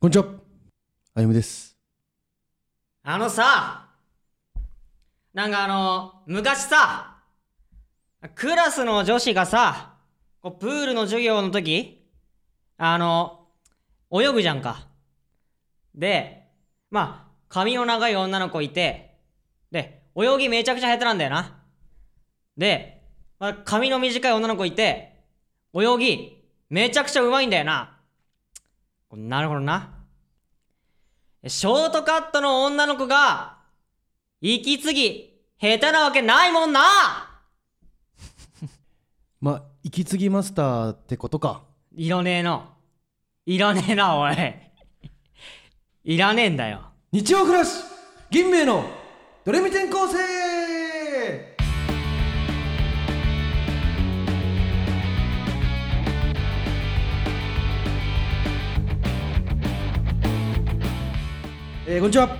こんにちはあゆむですあのさ、なんかあの、昔さ、クラスの女子がさ、こうプールの授業の時、あの、泳ぐじゃんか。で、まあ、髪の長い女の子いて、で、泳ぎめちゃくちゃ下手なんだよな。で、まあ、髪の短い女の子いて、泳ぎめちゃくちゃうまいんだよな。なるほどな。ショートカットの女の子が、息継ぎ、下手なわけないもんなまあ息継ぎマスターってことかいらねえの。いらねえな、おい。 いらねえんだよ。日曜フラッシュ銀兵衛のドレミ転校生えー、こんにちは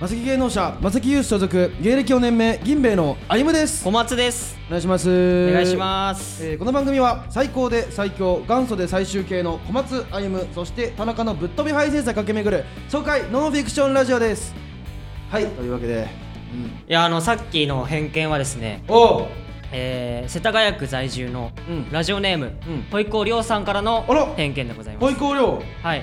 マセキ芸能者マセキユース所属芸歴4年目銀兵衛のあゆむです小松です。お願いしますおお願いします。えーこの番組は最高で最強元祖で最終形の小松歩夢そして田中のぶっ飛びハイセンサー駆け巡る爽快ノンフィクションラジオですはいというわけで、うん、いや、あの、さっきの偏見はですね、おうえー、世田谷区在住のうんラジオネーム、うんホイコーリョウさんからのあら偏見でございま保す。育料はい。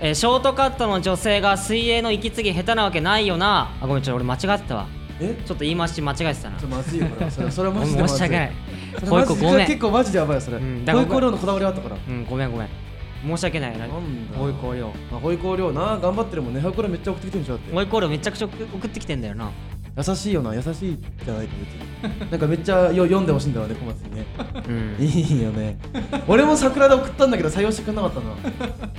えー、ショートカットの女性が水泳の息継ぎ下手なわけないよな。あ、ごめん、ちょっと俺間違ってたわ。えちょっと言い回し間違えてたなちょ。っとまずいよこれはそれそれはマジでま申ずいし訳ない。それ保マジ育ごめ結ん。構マジでやばいよそれ、うんだ保から育料のこだわりあったから、うん、ごめんごめん。申し訳ない。ななんだ保育料。まあ、保育料な頑張ってるもんね保育料めっちゃ送ってきてるんでしょだって保育料めちゃくちゃ送送ってきてんだよな。優しいよな優しいじゃないと別になんかめっちゃよ読んでほしいんだろうね小松にねうん。いいよね俺も桜で送ったんだけど採用してくれなかったな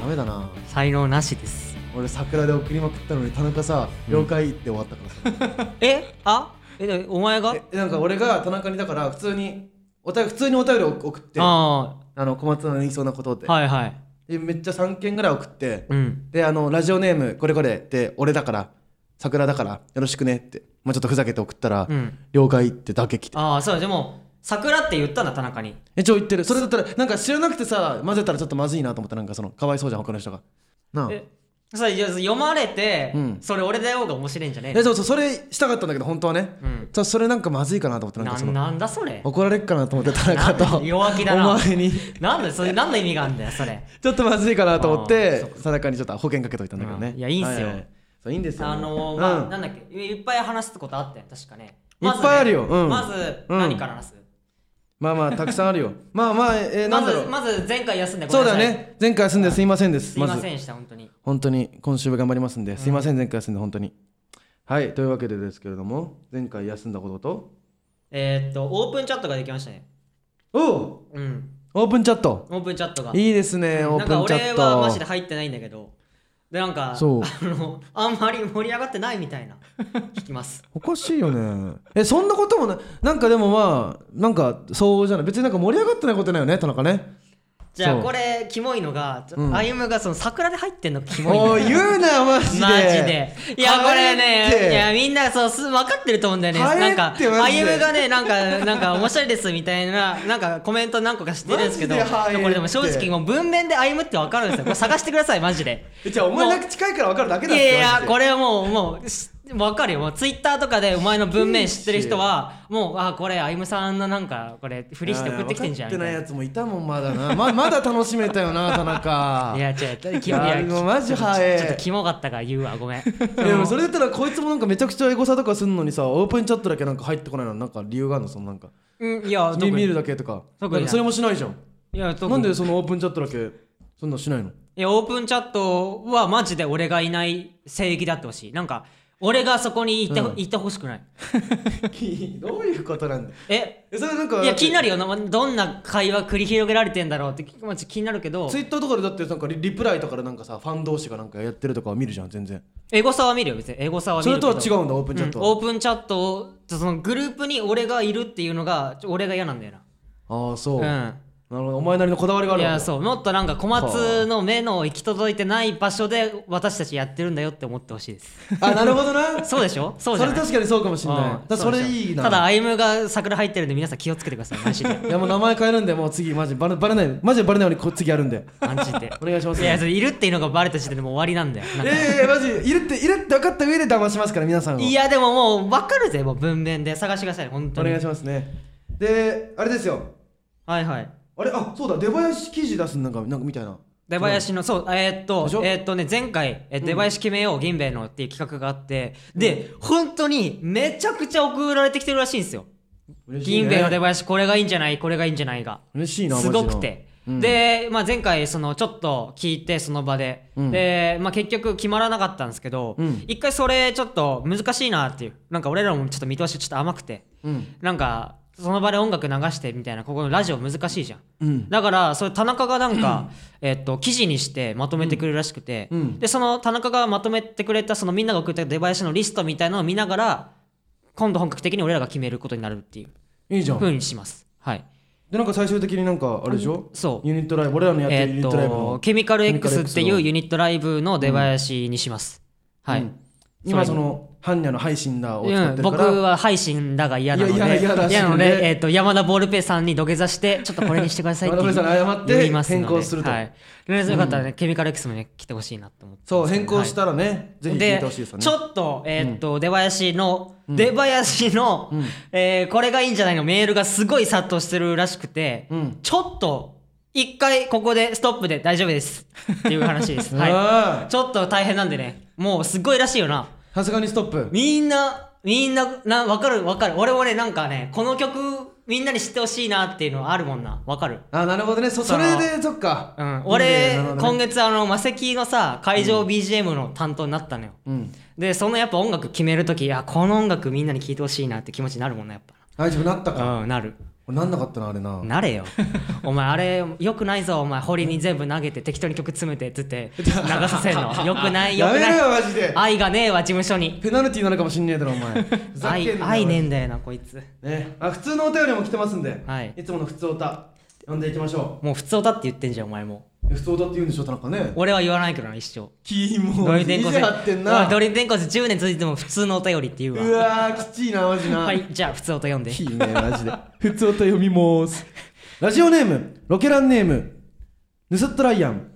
ダメだな才能なしです。俺桜で送りまくったのに田中さ了解って終わったからさ、えあえ、でお前がえなんか俺が田中にだから普通にお便り普通にお便りを送ってああの小松の言いそうなことって、あ、はいはい。でめっちゃ3件ぐらい送って、うん。であのラジオネームこれこれって俺だから桜だからよろしくねってまあちょっとふざけて送ったら、うん。了解ってだけ来てああ、そう、でも、桜って言ったんだ、田中に。えちょ言ってるそれだったらなんか知らなくてさ混ぜたらちょっとまずいなと思ったなんかそのかわいそうじゃん他の人がなあえそれいや読まれて、うんそれ俺だよが面白いんじゃねええそうそうそれしたかったんだけど本当はね、うんそうそれなんかまずいかなと思ってなんなかそんのなんだそれ怒られっかなと思って田中とな弱気だなお前になんだそれ何の意味があるんだよそれちょっとまずいかなと思ってあーそっ田中にちょっと保険かけといたんだけどね、うんいやいいんすよははそういいんですよあのーまあ、うんなんだっけいいっぱい話すことあったよ確かねいっまずねぱいあるようんまずうん何から話す、まあまあたくさんあるよまあまあえー、なんまだろう、ずまず前回休んでごそうめんなださいね前回休んですいませんですすいまずせんでした本当に本当に今週は頑張りますんですいません前回休んで本当にはいというわけでですけれども前回休んだこととえーっとオープンチャットができましたねおううんオープンチャットオープンチャットがいいですねなんオープかンチャ俺ットはマジで入ってないんだけどでなんかそうあのあんまり盛り上がってないみたいな聞き ますおかしいよねえそんなこともななんかでもまあなんかそうじゃない別になんか盛り上がってないことないよね田中ねじそゃあうこれキモいのがちょうん歩夢がその桜で入ってんのキモいんだよおい言うなマジでマジでいやこれ帰ってねいやみんなそうす分かってると思うんだよね帰ってなんかマジで歩夢がねなん かなんか面白いですみたいななんかコメント何個かしてるんですけどマジで帰ってこれでも正直もう文面で歩夢って分かるんですよこれ探してくださいマジでえじゃあお前だけ近いから分かる だけいだってやいやこれれはもうもうし分かるよもうツイッターとかでお前の文面知ってる人はもうあこれ歩夢さんのなんかこれフふりして送ってきてんじゃん分みかってなたいいやなつもいたもんまだなままだ楽しめたよ な田中いや違うキモいいややもうマジ早いちょっとキモかったから言うわごめんいや でもそれだったらこいつもなんかめちゃくちゃエゴサとかすんのにさオープンチャットだけなんか入ってこないのなんか理由があるのそのなんかうんいや特見に見るだけとか特なんにないかそれもしないじゃんいや特になんでそのオープンチャットだけそんなし ないのいや、オープンチャットはマジで俺がいない聖域であってほしい。なんか、俺がそこに行って,、うん行ってほしくない。どういうことなんだよええそれなんかいや、気になるるよな。まどんな会話繰り広げられてんだろうって、まじ気になるけどツ、イッターとかでだってなんかリリプライとかでなんかさファン同士がなんかやってるとかは見るじゃん全然エゴサは見るよ、別に。エゴサは見そるれけとど。は違うんだオープンチャットうんは、オープンチャットを、そのグループに俺がいるっていうのが、ちょ俺が嫌なんだよな。ああそう、うん。なるほどお前なりのこだわりがあいるわけだやそうもっとなんか小松の目の行き届いてない場所で私たちやってるんだよって思ってほしいですあなるほどなそうでしょそそうじゃれない確かにそうかもしれないうんだからそれいいなただ歩が桜入ってるんで皆さん気をつけてください マジでいやもう名前変えるんでもう次マジバレバレないマジでバレないようにこ次やるんでマジでお願いしますいやそれいるっていうのがバレた時点でもう終わりなんだよなんいかやいやいやマジいるっているって分かった上で騙しますから皆さんをいやでももう分かるぜもう文面で探してください本お当に願いしますねであれですよはいはいあれあそうだ出囃子記事出すなんかなんかみたいな出囃子のそうえーっとでしょえーっとね前回えー出囃子決めよう銀兵衛のっていう企画があってで本当にめちゃくちゃ送られてきてるらしいんですよ嬉しいね銀兵衛の出囃子これがいいんじゃないこれがいいんじゃないが嬉しいなすごくて、マジなで、まあ、前回そのちょっと聞いてその場で、うんで、まあ、結局決まらなかったんですけど、うん一回それちょっと難しいなっていうなんか俺らもちょっと見通しちょっと甘くてうんなんかその場で音楽流してみたいなここのラジオ難しいじゃんうんだからそれ田中がなんか、えっと記事にしてまとめてくれるらしくて、うんうんでその田中がまとめてくれたそのみんなが送った出囃子のリストみたいなのを見ながら今度本格的に俺らが決めることになるっていういいじゃん風にしますはいでなんか最終的になんかあれでしょそうユニットライブ俺らのやってえるユーっニットライブのと、ケミカルケミカル X っていう X ユニットライブの出囃子にします。はういん。今その般若の配信だをう使ってん、るか僕ら、は配信だが嫌なのいや嫌で、嫌だしねなので、えーっと、山田ボールペンさんに土下座して、ちょっとこれにしてくだ さいって言い山田ボールペンさんに謝って言いますので変更するとはい。連絡よかったらね、ケミカル X もね、来てほしいなと思ってます。そう変更しはたらね、いぜひ聞いてほしいですよねちょっと、えーっと、出囃子の、出囃子の、えーこれがいいんじゃないのメールがすごい殺到してるらしくて、うんちょっと、一回ここでストップで大丈夫です。っていう 話です。はい。はちょっと大変なんでね。もうすっごいらしいよな。いさすがにストップみんな、みんな、な、わかるわかる。俺もね、なんかね、この曲、みんなに知ってほしいなっていうのはあるもんな。わかる。あなるほどねそそれでそっかうん。な俺、るほど今ね月あの、マセキのさ、会場 BGM の担当になったのよ。うんで、そのやっぱ音楽決めるとき、あ、この音楽みんなに聴いてほしいなって気持ちになるもんな、やっ大丈夫なったかぱ。うん、なる。俺なんなかったなあれなな れよ。お前、あれ、よくないぞ、お前、堀に全部投げて、適当に曲詰めて、つって、流させ んの。よくない、よやくめろない。よマジで愛がねえわ、事務所に。ペナルティーなのかもしんねえだろお 前ふざけん愛な愛ねえんだよなこいつねあ普通のお便りも来てますんで、はいつもの普通おた読んでいきましょもう普通だって言ってんじゃんお前もうえ普通おたって言うんでしょ田中ね俺は言わないけどな一生キーもドうリテンコ意ス地張ってんなおいドリテンコス10年続いても普通のお便りって言うわうわーきちいなマジな、はいじゃあ普通お便り読んでいいねマジで普通と読みますラジオネームロケランネームヌスットライアン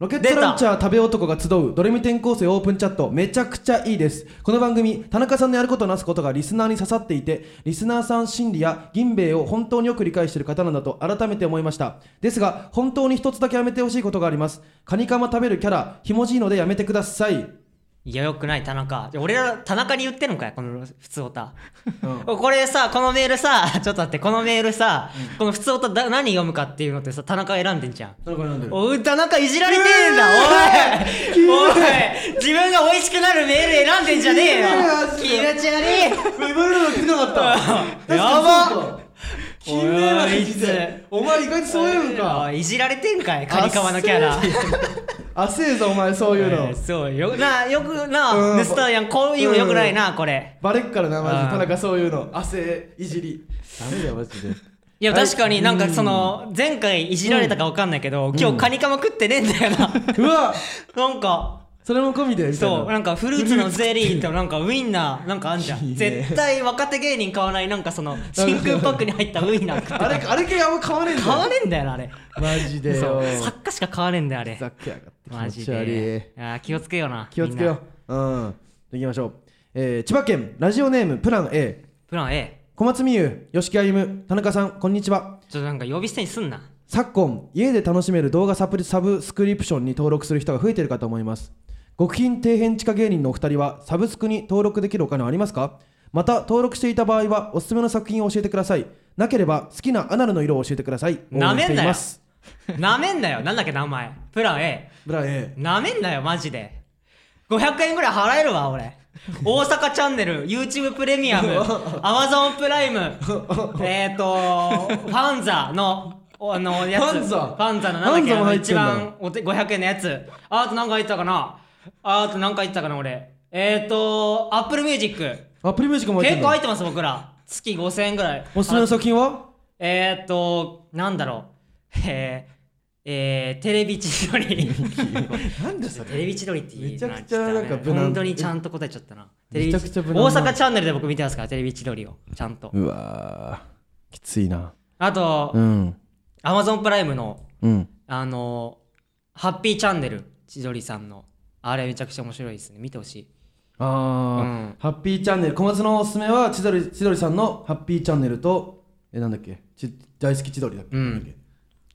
ロケットランチャー食べ男が集うドレミ転校生オープンチャットめちゃくちゃいいですこの番組田中さんのやることなすことがリスナーに刺さっていてリスナーさん心理や銀兵衛を本当によく理解している方なんだと改めて思いましたですが本当に一つだけやめてほしいことがありますカニカマ食べるキャラひもじいのでやめてください、うんいやよくない田中俺ら田中に言ってんのかよこの普通おたこれさこのメールさ ちょっと待ってこのメールさ、この普通おただ何読むかっていうのってさ田中選んでんじゃん田中選んでるおう田中いじられてんだおいおい自分が美味しくなるメール選んでんじゃねえよ気気に持ち悪い言われるのつなかった。 やば金目まで来て。お前意外とそういうのか。おいいじられてんかいカニカマのキ ャあラっせあせえぞお前そういうえーの。そうよなよくうんなヌスターやんこういうのよくないなこれバレっからなマジうでん田中そういうの。あせえいじり。ダメだよマジで。いや確かになんかその前回いじられたかわかんないけど今日カニカマ食ってねえ んだよな うわなんかそれも込みでみたいそうなな。んかフルーツのゼリーとなんかウインナ ーなんかあんじゃいいねん絶対若手芸人買わないなんかその真空パックに入ったウインナー食ってあれあれ系あんま買わ ねえんだよ買わねえんだよなあれマジでそよう。作家しか買わねえんだよあれふざけやがって気マ持ジち悪いで。あー気をつけような気をつけよみんなう。うん。行きましょう。えー千葉県ラジオネームプラン A プラン A 小松美優吉木歩夢田中さんこんにちは。ちょっとなんか呼び捨てにすんな昨今家で楽しめる動画サブサブスクリプションに登録する人が増えているかと思います極貧底辺地下芸人のお二人はサブスクに登録できるお金はありますかまた登録していた場合はおすすめの作品を教えてくださいなければ好きなアナルの色を教えてくださいなめ応援んなよしていますなめんなよなんだっけ名前プラン A ブラエなめんなよマジで500円ぐらい払えるわ俺大阪チャンネル YouTube プレミアム Amazon プライムえっとファンザのおあのやつファンザファンザのなんだっファンけザも入ってん一だ番お手500円のやつあとなんか言ったかなあとなんか言ったかな俺えっ、ー、と Apple Music アプリミュージックも入って結ん構だ入ってます僕ら月5000円ぐらいおすすめの作品はえー、っとなんだろうえーえー、テレビ 千鳥なんでそテレれビ千鳥っていいなめちゃくちゃなんか無難本当にちゃんと答えちゃったなテレビめちゃくちゃ無難大な阪チャンネルで僕見てますからテレビ千鳥をちゃんとうわーきついなあとうんアマゾンプライムのうんあのハッピーチャンネル千鳥さんのあれめちゃくちゃ面白いですね見てほしいあー、うんハッピーチャンネル小松のおすすめは千鳥千鳥さんのハッピーチャンネルとえなんだっけち大好き千鳥だっけ,、うんだっけ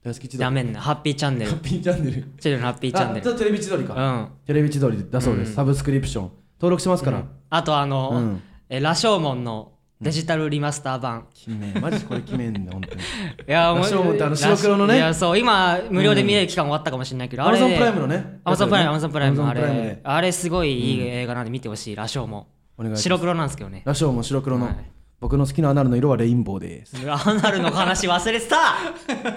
大好き千鳥ダメんなハッピーチャンネルハッピーチャンネル千鳥のハッピーチャンネあじゃルあテレビ千鳥か、うんテレビ千鳥だそうです、サブスクリプション登録しますから、あとあの、うんえ羅生門のデジタルリマスター版、決めんマジこれ決めんね本当にいや羅生門ってあの白黒のねいやそう今無料で見れる期間終わったかもしれないけど、あれ Amazon プライムのねアマゾンプライムアマゾンプライム Amazon あれプライムであれすごいいい映画なんで見てほしい羅生門お願いします白黒なんですけどねラショウも白黒の、はい僕の好きなアナルの色はレインボーですアナルの話忘れてた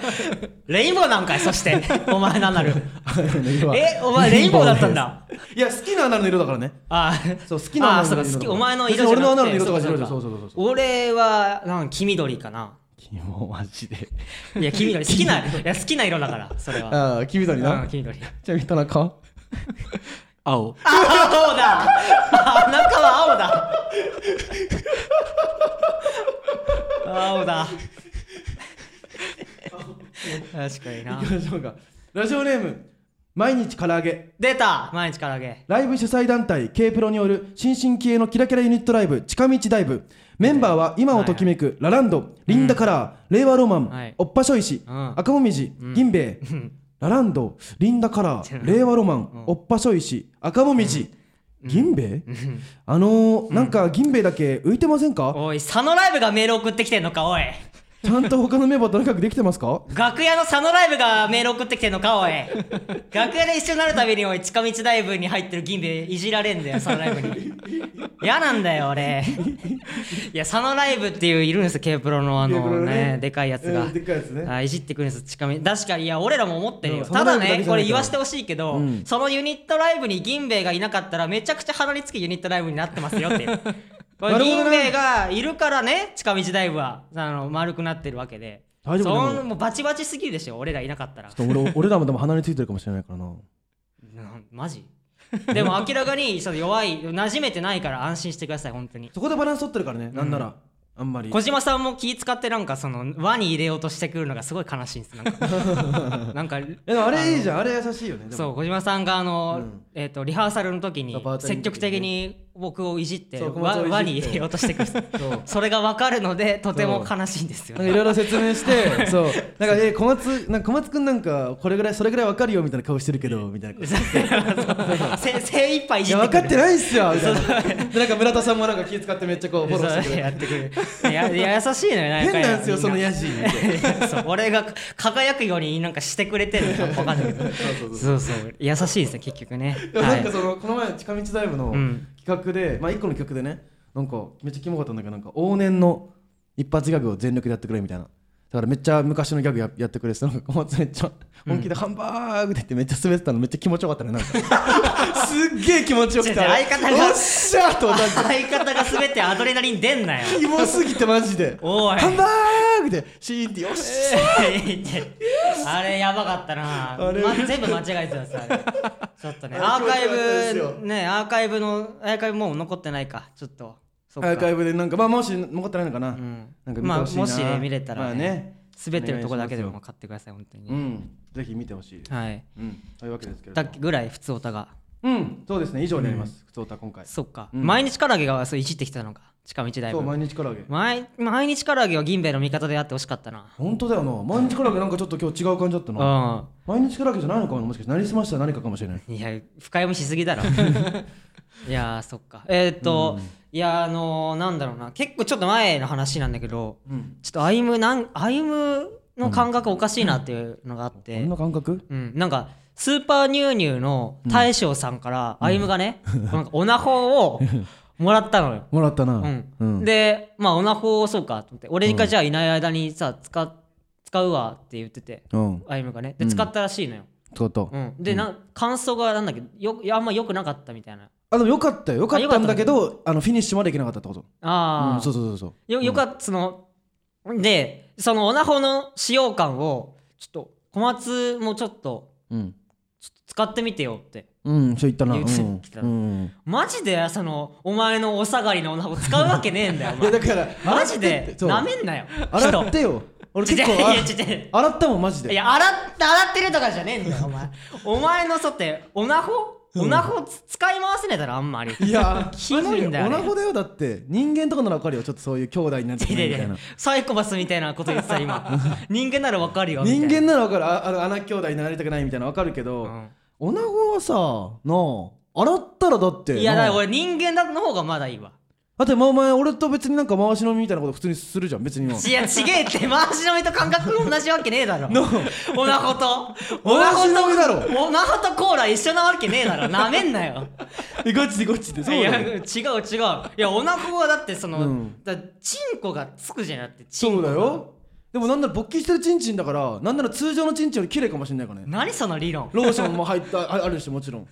レインボーなんかいそしてお前のアナルアナルの色はえお前レインボーだったんだですいや好きなアナルの色だからねあそう好きなあアナそうルの色だからか好きお前の色別に俺じゃなくてのアナルの色とかじゃそうなかくてそそううかそうそうそう俺はなん黄緑かな君もマジでいや黄緑好 きないや好きな色だからそれはああ黄緑うなん黄緑じゃあ田中青あ青だあ中は青だ青だ確かにな行きましょうかラジオネーム毎日唐揚げ出た毎日唐揚げライブ主催団体 K プロによる新進気鋭のキラキラユニットライブ近道ダイブメンバーは今をときめくラランド、リンダカラー、令和ロマン、はいおっぱしょいし、うん赤もみじ、銀兵衛、ラランド、リンダカラ ー、令和ロマン、おっぱしょいし、赤もみじ、銀兵衛あのー、なんか銀兵衛だけ浮いてませんかおい佐野ライブがメール送ってきてんのかおいちゃんと他のメンバーと仲良くできてますか楽屋の佐野ライブがメール送ってきてんのかおい楽屋で一緒になるたびにおい近道ライブに入ってる銀兵衛いじられんだよ佐野ライブに嫌なんだよ俺いや佐野ライブっていういるんですよ K プロのあ K プロののねねでかいやつが、うんでっかいやつねあいじってくるんです近道確かにいや俺らも思ってるようんただ佐野ライブだけねじゃこないかられ言わしてほしいけど、んそのユニットライブに銀兵衛がいなかったらめちゃくちゃ鼻につくユニットライブになってますよっていう これなるほ銀どね兵衛がいるからね近道ライブはあの丸くなってるわけで大丈夫そでもんもうバチバチすぎるでしょ俺らいなかったらちょっと俺俺らもでも鼻についてるかもしれないからななマジ でも明らかにちょっと弱い馴染めてないから安心してください本当にそこでバランス取ってるからね、なんならあんまり小島さんも気使ってなんかその輪に入れようとしてくるのがすごい悲しいんですなんか なんかえでもあれいいじゃんあれ優しいよねでもそう小島さんがあの、うんえっとリハーサルの時にそうバータリー積の時にね極的に僕をいじってそう小輪松をいじって輪に入れようとしてくるそうそれが分かるのでとても悲しいんですよなんかいろいろ説明して そうなんかえ小松なんか小松くんなんかこれぐらいそれぐらいわかるよみたいな顔してるけどみたいないせ 精一杯いじやって分かくるってないっすよみたいなでなんか村田さんもなんか気遣ってめっちゃこうフォローしてそうくれやるってくるいやいや優しいのよね変なんですよみそのヤジそう俺が輝くようになんかしてくれてるのか分かんないけどそうそう優しいですね結局ねでもはなんかいそのこの前近道ダイブのうん企画でまあ一個の企画でねなんかめっちゃキモかったんだけどなんか往年の一発ギャグを全力でやってくれみたいなだからめっちゃ昔のギャグややってくれてたのが小松めっちゃ本気でハンバーグって言ってめっちゃ滑ってたのめっちゃ気持ちよかったねなんか すっげえ気持ちよくて違う違う相方がおっしゃーと思ったんですよ相方が全てアドレナリン出んなよキモすぎてマジで おいハンバーグでシーンってよっしゃ あれやばかったな、あれま、全部間違えてたんですあれちょっとねアあれーカ気持ちよかったですイよブねアーカイブのアーカイブもう残ってないかちょっとそっかアーカイブでなんかまあもし残ってないのかな、うんなんか見てまほあしいなもしね見れたらまあね滑ってるとこだけでお願もい買ってください本当に、うんぜひ見てほしいです、はいうんというわけですけれどだもっけぐらい普通オタがうんそうですね以上になります、普通歌今回そっか、うん毎日唐揚げがそういじってきたのか近道だいそうぶ毎日唐揚げ毎毎日唐揚げは銀兵衛の味方であってほしかったな本当だよな毎日唐揚げなんかちょっと今日違う感じだったなう毎日唐揚げじゃないのかももしかしてなりすました何かかもしれないんいや深読みしす ぎだろいやーそっかえーっと、いやーあのー、なんだろうな結構ちょっと前の話なんだけどうんちょっと歩むなん歩むの感覚おかしいなっていうのがあって、こんな感覚うん、なんかスーパーニューニューの大将さんから歩夢が ね、なんかオナホをもらったのよ。もらったなうんうんでまあオナホをそうかと思って俺がじゃあいない間にさ使っ使うわって言っててうん歩夢がねでうん使ったらしいのよ。使った、うんでな感想がなんだっけよいやあんま良くなかったみたいな。あでもよかったよよかったんだけどあのフィニッシュまでいけなかったってことああ、うんそうそうそうそうよよかったそのでそのオナホの使用感をちょっと小松もちょっとうんちょっと使ってみてよってうんそう言ったなう言んうてきたうんマジでそのお前のお下がりのお腹使うわけねえんだよおいや前だからマジ洗ってっでてそうなめんなよ洗っ人てよ俺ちょ結構いやいやあちょちょ洗ったもんマジいでや洗って洗ってるとかじゃねえんだよお前お前のそっておなほうんおなほつ使い回せねえだろあんまりいやキモいんだよマジでオナねホだよだって人間とかならわかるよちょっとそういう兄弟になっていやないいみたやいなサイコパスみたいなこと言って た今人間ならわかるよみたい人な間ならわかるああの穴兄弟になりたくないみたいなわかるけど、おなごはさなあ洗ったらだっうてんいやだからなあ俺人間だの方がまだいいわだってまあお前俺と別になんか回し飲みみたいなこと普通にするじゃん別にもう いやちげえって回し飲みと感覚が同じわけねえだろのおなほとおな回ほし飲みだろとおなほとコーラ一緒なわけねえだろなめんなよえガチでガチでそういだやよ違う違ういやおなほはだってその、うんだチンコがつくじゃなくてチンそうコがだよでもなんなら勃起してるチンチンだからなんなら通常のチンチンより綺麗かもしれないからね何その理論ローションも入ったああるしもちろんい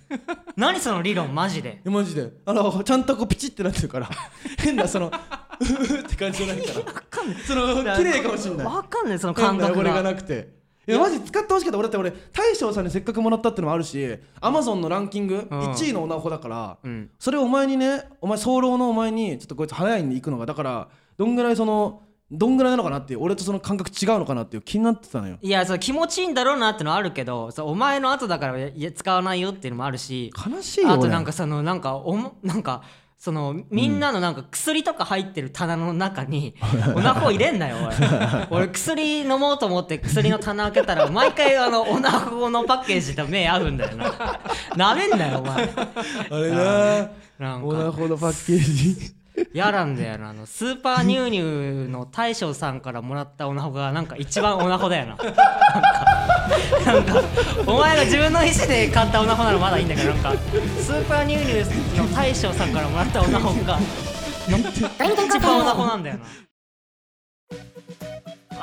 何その理論マジでやマジであのちゃんとこうピチってなってるから 変なその うふって感じじゃないからわかんないその綺麗かもしれないわかんないその変感な覚汚れががなくていやマジ使ってほしかった俺だって俺大将さんにせっかくもらったってのもあるしアマゾンのランキングうん1位のおなほだから、うんそれをお前にねお前早漏のお前にちょっとこいつ早いんで行くのがだからどんぐらいそのどんぐらいなのかなっていう俺とその感覚違うのかなっていう気になってたのよいやその気持ちいいんだろうなってのはあるけどそうお前の後だからいや使わないよっていうのもあるし悲しいよあと俺なんかそのなんかおもなんかそのみんなのなんか薬とか入ってる棚の中 におなほ入れんなよ俺俺薬飲もうと思って薬の棚開けたら毎回あのおなほのパッケージと目合うんだよななめんなよお前あれななんおなかほのパッケージやらんだよなあのスーパーニューニューの大将さんからもらったおなほがなんか一番おなほだよななんかなんかお前が自分の意思で買ったおなほならまだいいんだけどなんかスーパーニューニューの大将さんからもらったおなほが一番おなほなんだよな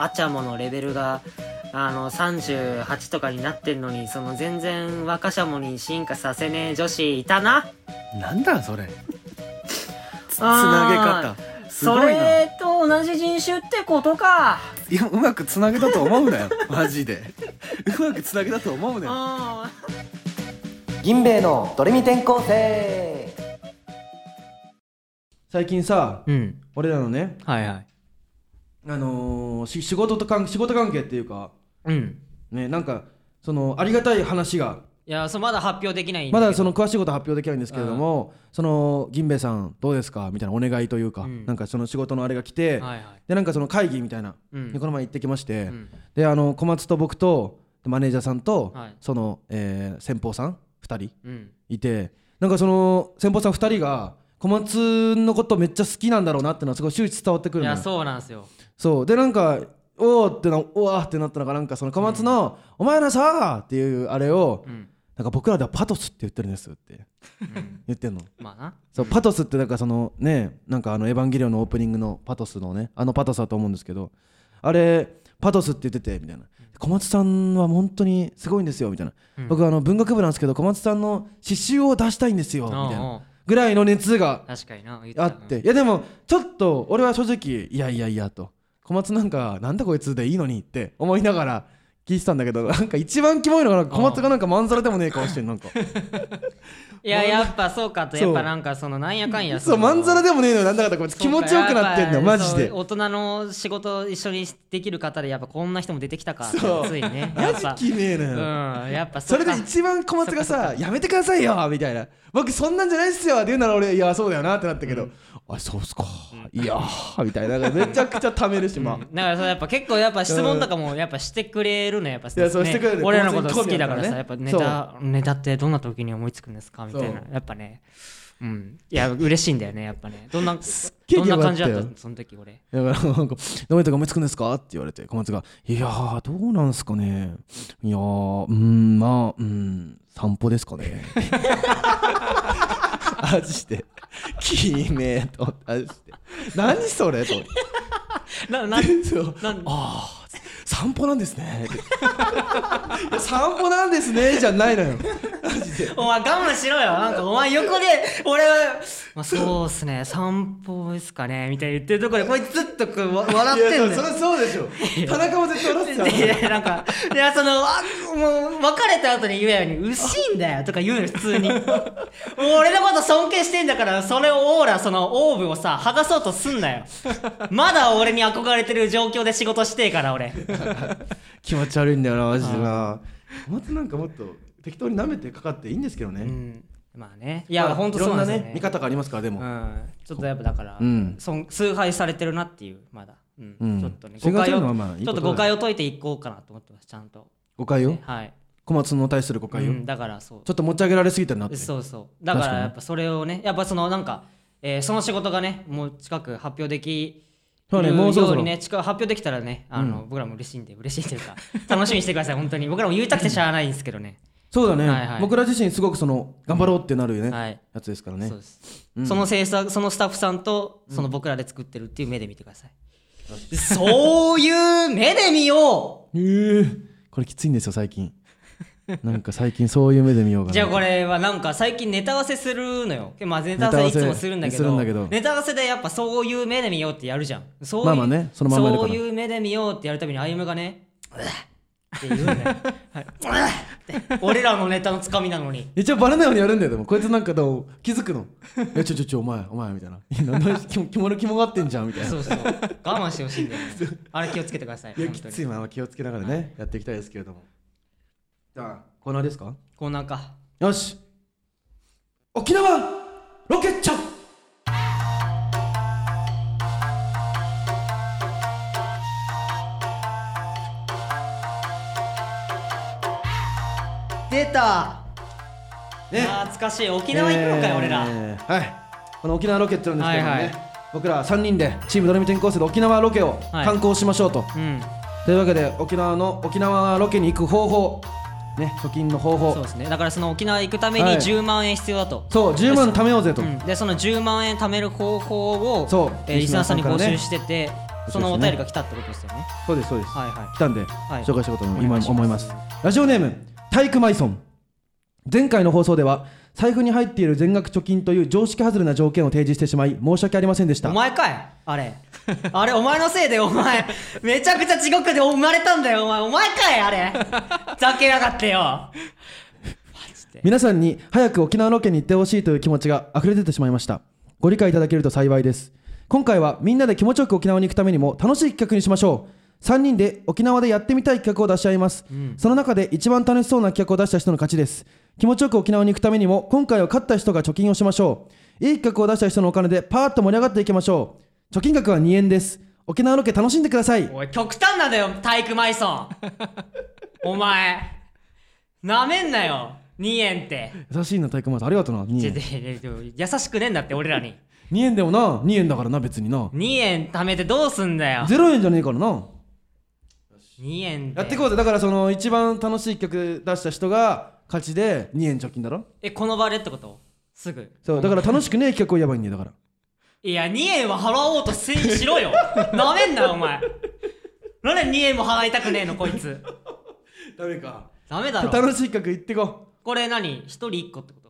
あちゃものレベルがあの38とかになってんのにその全然若者もに進化させねえ女子いたななんだそれつつあなーげ方すそごいなれと同じ人種ってことかいやうまくつなげたと思うな よマジでうまくつなげたと思うなよ あ銀兵衛のドレミ転校生最近さうん俺らのねはいはいあのー、し仕事とかん仕事関係っていうかうんねなんかそのありがたい話がいやそうまだ発表できないんまだだけそどの詳しいことは発表できないんですけれども、その銀兵衛さんどうですかみたいなお願いというか、うんなんかその仕事のあれが来て、はいはいでなんかその会議みたいな、うんでこの前行ってきまして、うんであの小松と僕とでマネージャーさんと、はいその、えー先方さん2人うんいてなんかその先方さん2人が小松のことめっちゃ好きなんだろうなってのはすごい周知伝わってくいるのやよそうなんですよそうでなんかおーってなおわーってなったのがなんかその小松の「お前らさー!」っていうあれを、うんなんか僕らではパトスって言ってるんですってうん言ってんのまあなそうパトスってなんかそのねなんかあの「エヴァンゲリオン」のオープニングのパトスのねあのパトスだと思うんですけどあれパトスって言っててみたいな小松さんは本当にすごいんですよみたいな、うん僕あの文学部なんですけど小松さんの詩集を出したいんですよみたいうんうなんぐらいの熱が確かにな言あっていやでもちょっと俺は正直いやいやいやと小松なんかなんだこいつでいいのにって思いながら聞いてたんだけどなんか一番キモいのがなんか小松がなんかまんざらでもねえ顔してるなんかいややっぱそうかとそうやっぱなんかそのなんやかんやそうまんざらででもねえのよなんだかだこいつ気持ちよくなってんのよマジで大人の仕事一緒にできる方でやっぱこんな人も出てきたかそうついねやマっジぱきめえのうよ、んやっぱそっれかで一番小松がさ「やめてくださいよ」みたいな「僕そんなんじゃないっすよ」って言うなら俺「いやそうだよな」ってなったけど「あそうっすかいやー」みたいななんかめちゃくちゃためるしまあだからさやっぱ結構やっぱ質問とかもやっぱしてくれるねやっぱやそうしてくれるね俺らのこと好きだから興味さあるやかっぱらねネタネタってどんな時に思いつくんですかみたいなそやっぱねうんいや嬉しいんだよねやっぱねどんなげえどんな感じだよっかったその時俺だからなんか「どうやって思いつくんですか?」って言われて小松が「いやーどうなんすかねいやーうーんまあうん散歩ですか ね」マジで 「きめえ」と思ってマジで「何それ?」と思ってなな そうなんああ散歩なんですねいや散歩なんですねじゃないのよジでお前我慢しろよなんかお前横で俺は、まあ、そうっすね散歩ですかねみたいに言ってるところでこいつずっとこうわ笑ってんいだやよそりゃそうでしょ田中も絶対笑ってたい やなんかいやそのあもう別れた後に言えように「薄いんだよ」とか言うの普通にもう俺のこと尊敬してんだからそれをオーラそのオーブをさ剥がそうとすんなよまだ俺に憧れてる状況で仕事してえから俺気持ち悪いんだよなマジでなまたなんかもっと適当に舐めてかかっていいんですけどね、うんまあねいいや、ほんとそうなんですよろんね見方がありますからでも、うん、ちょっとやっぱだから、うんそん崇拝されてるなっていうまだ、うんうんちょっとね崇誤拝され解るをのはまあいいちこょとっだと誤解を解いていこうかなと思ってますちゃんと誤解よはい、小松の対する誤解よ、うんだからそうちょっと持ち上げられすぎたなってそうそうだか確からにやっぱそれをねやっぱそのなんか、えーその仕事がねもう近く発表できそうねもうそろそろよにね近く発表できたらねあの、僕らも嬉しいんで嬉しいというか 楽しみにしてください本当に僕らも言いたくてしゃあないんですけどねそうだね、はいはい僕ら自身すごくその頑張ろうってなるよね、はいやつですからねそうです、その制作そのスタッフさんとその僕らで作ってるっていう目で見てください、そういう目で見よえー、これきついんですよ最近なんか最近そういう目で見ようがうなじゃあこれはなんか最近ネタ合わせするのよ、まあ、ネタ合わせいつもするんだネタ合わけせするどんだけどネタ合わせでやっぱそういう目で見ようってやるじゃんそういうまあまあねそのまんまやるかそうらいう目で見ようってやるたびに歩夢がね「うわっ」って言うね、はいうわっ って俺らのネタのつかみなのに一応バレないようにやるんだよでもこいつなんかどう気づく の「えちょちょちょお前お前」みたいな「いやなんできもの肝がってんじゃん」みた いなそうそう我慢してほしいんだよねあれ気をつけてくださいいや本き当についまま気をつけながらね、やっていきたいですけれどもじゃあコーナーですかこうなんかよし沖縄ロケッチャ出たね懐かしい沖縄行くのかよ、俺らえーはいこの沖縄ロケッチャなんですけどもね、はいはい僕ら3人でチームドレミ転校生で沖縄ロケをはい観光しましょうと、うんというわけで沖縄の沖縄ロケに行く方法ね貯金の方法そそううですねだからその沖縄行くためにはい10万円必要だと、 10万貯めようぜと、うんでその10万円貯める方法をそうえーリリススナナーーささんんにから募ね集してて、そのお便りが来たってことですよねそうですそうです、はいはい来たんで、い紹介したこともお願今いします思いますラジオネーム体育マイソン前回の放送では財布に入っている全額貯金という常識外れな条件を提示してしまい申し訳ありませんでしたお前かいあれあれお前のせいでお前めちゃくちゃ地獄で生まれたんだよお前お前かいあれふざけやがってよマジで皆さんに早く沖縄ロケに行ってほしいという気持ちが溢れ出てしまいましたご理解いただけると幸いです今回はみんなで気持ちよく沖縄に行くためにも楽しい企画にしましょう3人で沖縄でやってみたい企画を出し合います、その中で一番楽しそうな企画を出した人の勝ちです気持ちよく沖縄に行くためにも今回は勝った人が貯金をしましょういい企画を出した人のお金でパーッと盛り上がっていきましょう貯金額は2円です沖縄ロケ楽しんでくださいおい極端なんだよ体育マイソンお前なめんなよ2円って優しいな体育マンさんありがとうな2ちょ円ちょちょ優しくねえんだって俺らに2円でもな2円だからな別にな2円貯めてどうすんだよ0円じゃねえからな2円やっていここうぜだからその一番楽しい曲出した人が勝ちで2円貯金だろえこの場でってことすぐそうだから楽しくねえ企画を言えばいいんだよだからいや2円は払おうとせ しろよなめんなよお前なんで2円も払いたくねえのこいつダメかダメだろ楽しい企画言ってここれ何1人1個ってこう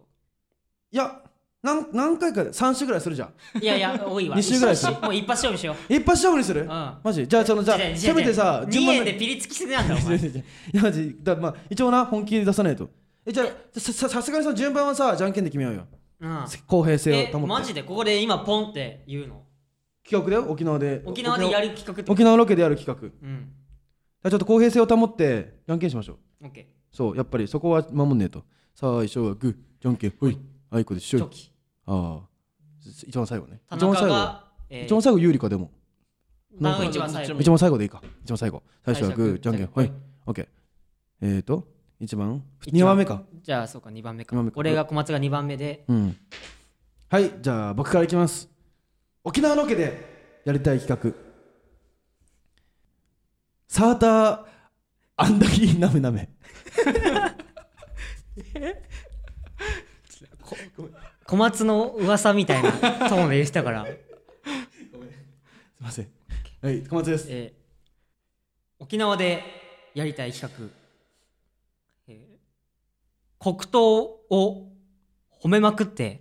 いやなん何回かで3週ぐらいするじゃんといやいや多いわ二週ぐらい一す緒るにしもう一発勝負しよう一発勝負にする、んマジじゃあそのじゃあせめてさ2円ででピリつきすぎなんだお 前いやマジだまあ一応な本気で出さないとえじゃあさささすがにその順番はさじゃんけんで決めようようん公平性えを保っマてジでここで今ポンって言うの企画だよ沖縄で沖縄でやる企画ってこと沖縄ロケでやる企画だかうんらちょっと公平性を保ってじゃんけんしましょうオッケそう、やっぱりそこは守んねえと。最初はグー、じゃんけん、ほい、あいこでしーょチョい。キああ。す一番最後ね。田一番中最後。がえ一ー番最後有利かでも。田中が一番最後一番最後でいいか。一番最後。最初は最初はググー、ーじゃんけん、じゃほんけいん。オッケー。えーと、一番一番二番目か。じゃあそうか2番目か二番目か俺が小松が2番目でうん。はい、じゃあ僕からいきます。沖縄ロケでやりたい企画。サーターアンダギーなめなめ。 小松の噂みたいなトーンで言ってた から、すいません。はい、小松です。えー沖縄でやりたい企画、えー黒糖を褒めまくって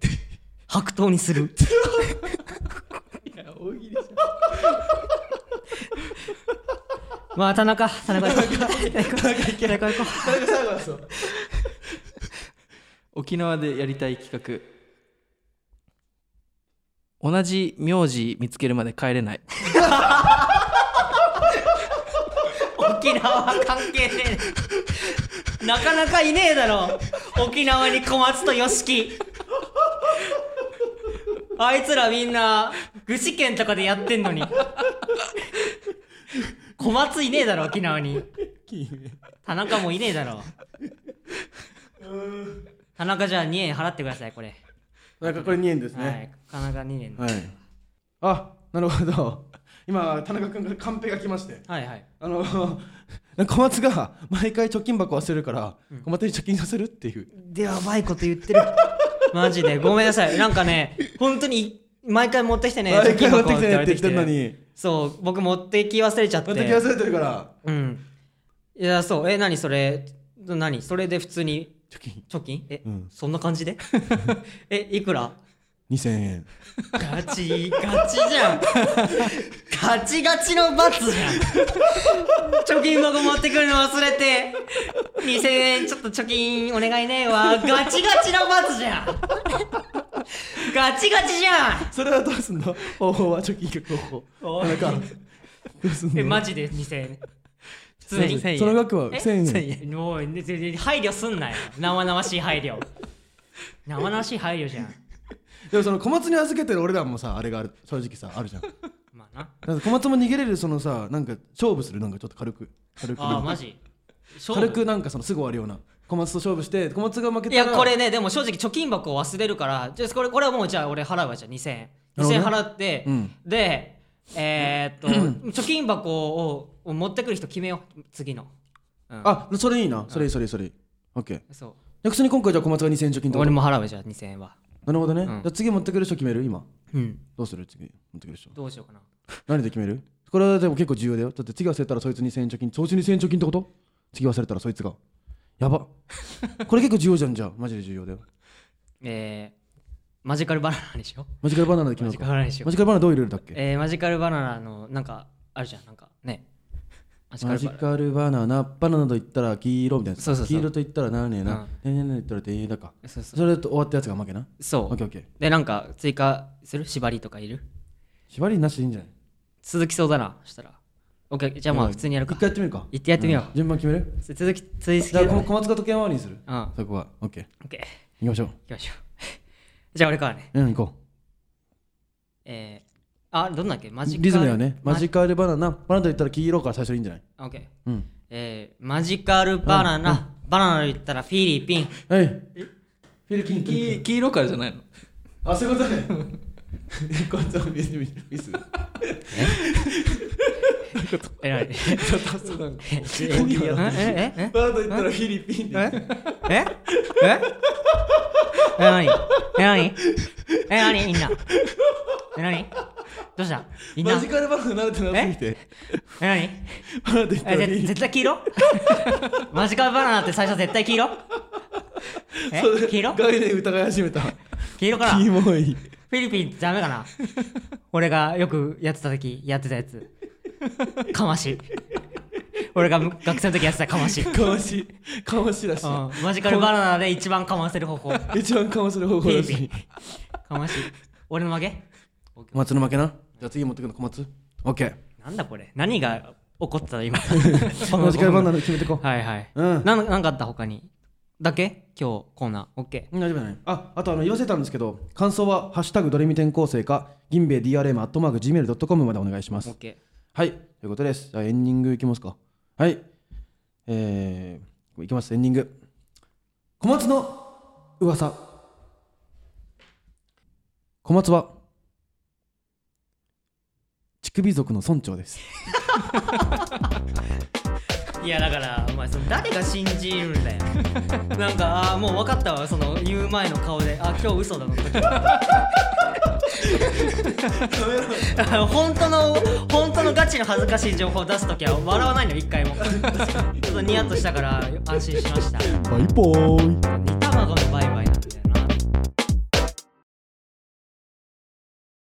白桃にする大喜利じゃん まあ田中田中行こう田中行こう最後最後だぞ沖縄でやりたい企画同じ名字見つけるまで帰れない沖縄関係ねえなかなかいねえだろ沖縄に小松と吉木あいつらみんな具志堅とかでやってんのに小松いねえだろ沖縄に田中もいねえだろ田中じゃあ2円払ってくださいこれ、なんかこれ2円ですはねい田中2円、はい、あなるほど 今田中君からカンペが来ましてはいはいあの 小松が毎回貯金箱忘れるから小松に貯金させるっていうでやばいこと言ってる マジでごめんなさいなんかね本当に毎回持ってきてね毎回持ってきて貯金ね箱って言ってんのにそう僕持ってき忘れちゃっ持てってき忘れてるからうんいやそうえ何それ何それで普通に貯金貯金え、うんそんな感じ でえいくら2000円ガチガチじゃんガチガチの罰じゃん貯金箱持ってくるの忘れて2000円ちょっと貯金お願いねわガチガチの罰じゃんガチガチじゃんそれはどうすん の方法は貯金額方法おいなんかどうすんのえマジで2000円普通に1000円その額はえ1000円もうね全然配慮すんなよ生々しい配慮生々しい配慮じゃんでもその小松に預けてる俺らもさあれがある正直さあるじゃんまあななんか小松も逃げれるそのさなんか勝負するなんかちょっと軽く軽くあーマジ勝負軽くなんかそのすぐ終わるような小松と勝負して小松が負けいたらやこれねでも正直貯金箱を忘れるからじゃあこれこれはもうじゃあ俺払うわじゃあ2000円なるほど2000ね円払って、うんでえー、っ と貯金箱をを持ってくる人決めよう次のあそれいいなそれいいそれいいそれいいオッケーそ逆に今回じゃあ小松が2000円貯金うと俺も払うわじゃあ2000円はなるほどね、んじゃあ次持ってくる人決める今うんどうする次持ってくる人どうしようかな何で決めるこれはでも結構重要だよだって次忘れたらそいつ2000円貯金調子2000円貯金ってこと次忘れたらそいつがや ばこれ結構重要じゃんじゃあマジで重要だよえー、マジカルバナナにしようマジカルバナナで決めマようジかカルバナナにしようマジカルバナナどういうルールだっけえー、マジカルバナナのなんかあるじゃんなんかねマジカマルジバナカルバナナバナナと言ったら黄色みたいなそうそうそう黄色と言ったら何やな、何々と言ったら店員だかナそうそうそれと終わったやつが負けなそオッうケーオッケーでなんか追加する縛りとかいる縛りなしでいいんじゃない続きそうだなそしたらオッケーじゃあまあ普通にやるか一回やってみるか行ってやってみよう順番決めるつ続き続きじゃあこ小松が時計回りにするうんオそこはオッケーッケー行行きましょうきましょう じゃあ俺からねうん行こうえー、あどんなんだっけマジカルリズムだよねママジジカルバナナバナナと言ったら黄色から最初でいいんじゃないオッケーうんえー、マジカルバナナ、バナナと言ったらフィリピンはいフィリピンき黄色からじゃないのあそういうことね こいつはミスミスミスえらい ええええバナナと言ったらフィリピンでえええ何え何え何みんなえ何どうしたみんなマジカルバナナってなってきてえ何バナナと言ったらえフぜィリピン絶対黄 色マジカルバナナって最初絶対 黄色えそれ黄色概念疑い始めた黄色からキフモいィリピンってダメかな俺がよくやってた時やってたやつかまし俺が学生の時やってたかまし、うかましいかましいらしいん、マジカルバナナで一番かませる方法一番かませる方法らしフィリいかましい俺の負け小松の負けなじゃあ次持ってくの小松オッケーなんだこれ何が起こってたの 今マジカルバナナで決めてこうはいはい、うんなんなんかあった他にだけ今日コーナーオッケうん大丈夫だねああとあの言わせたんですけど感想は「ハッシュタグドレミ転校生」か「銀兵衛 DRM」「アットマーク Gmail.com」までお願いしまーオすッケはいということですじゃあエンディングいきますかはいえー、いきますエンディング小松の噂小松は乳首族の村長ですーいやだからお前その誰が信じるんだよなんかあーもう分かったわその言う前の顔であ今日嘘だの時あの 本当の本当のガチの恥ずかしい情報を出すときは笑わないの一回もちょっとニヤッとしたから安心しましたバイバーイ煮卵のバイバイ